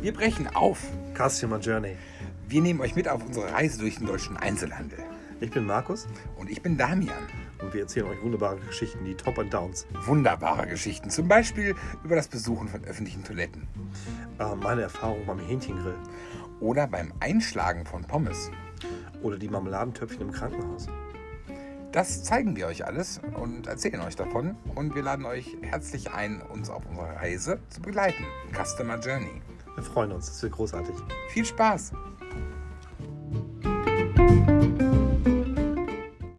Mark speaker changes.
Speaker 1: Wir brechen auf.
Speaker 2: Customer Journey.
Speaker 1: Wir nehmen euch mit auf unsere Reise durch den deutschen Einzelhandel.
Speaker 2: Ich bin Markus
Speaker 1: Und ich bin Damian.
Speaker 2: und wir erzählen euch wunderbare Geschichten, die Top und Downs.
Speaker 1: Wunderbare Geschichten, zum Beispiel über das Besuchen von öffentlichen Toiletten
Speaker 2: Äh, meine Erfahrung beim Hähnchengrill
Speaker 1: oder beim Einschlagen von Pommes.
Speaker 2: oder die Marmeladentöpfchen im Krankenhaus.
Speaker 1: Das zeigen wir euch alles und erzählen euch davon. Und wir laden euch herzlich ein, uns auf unserer Reise zu begleiten. Customer Journey.
Speaker 2: Wir freuen uns, das wird großartig.
Speaker 1: Viel Spaß!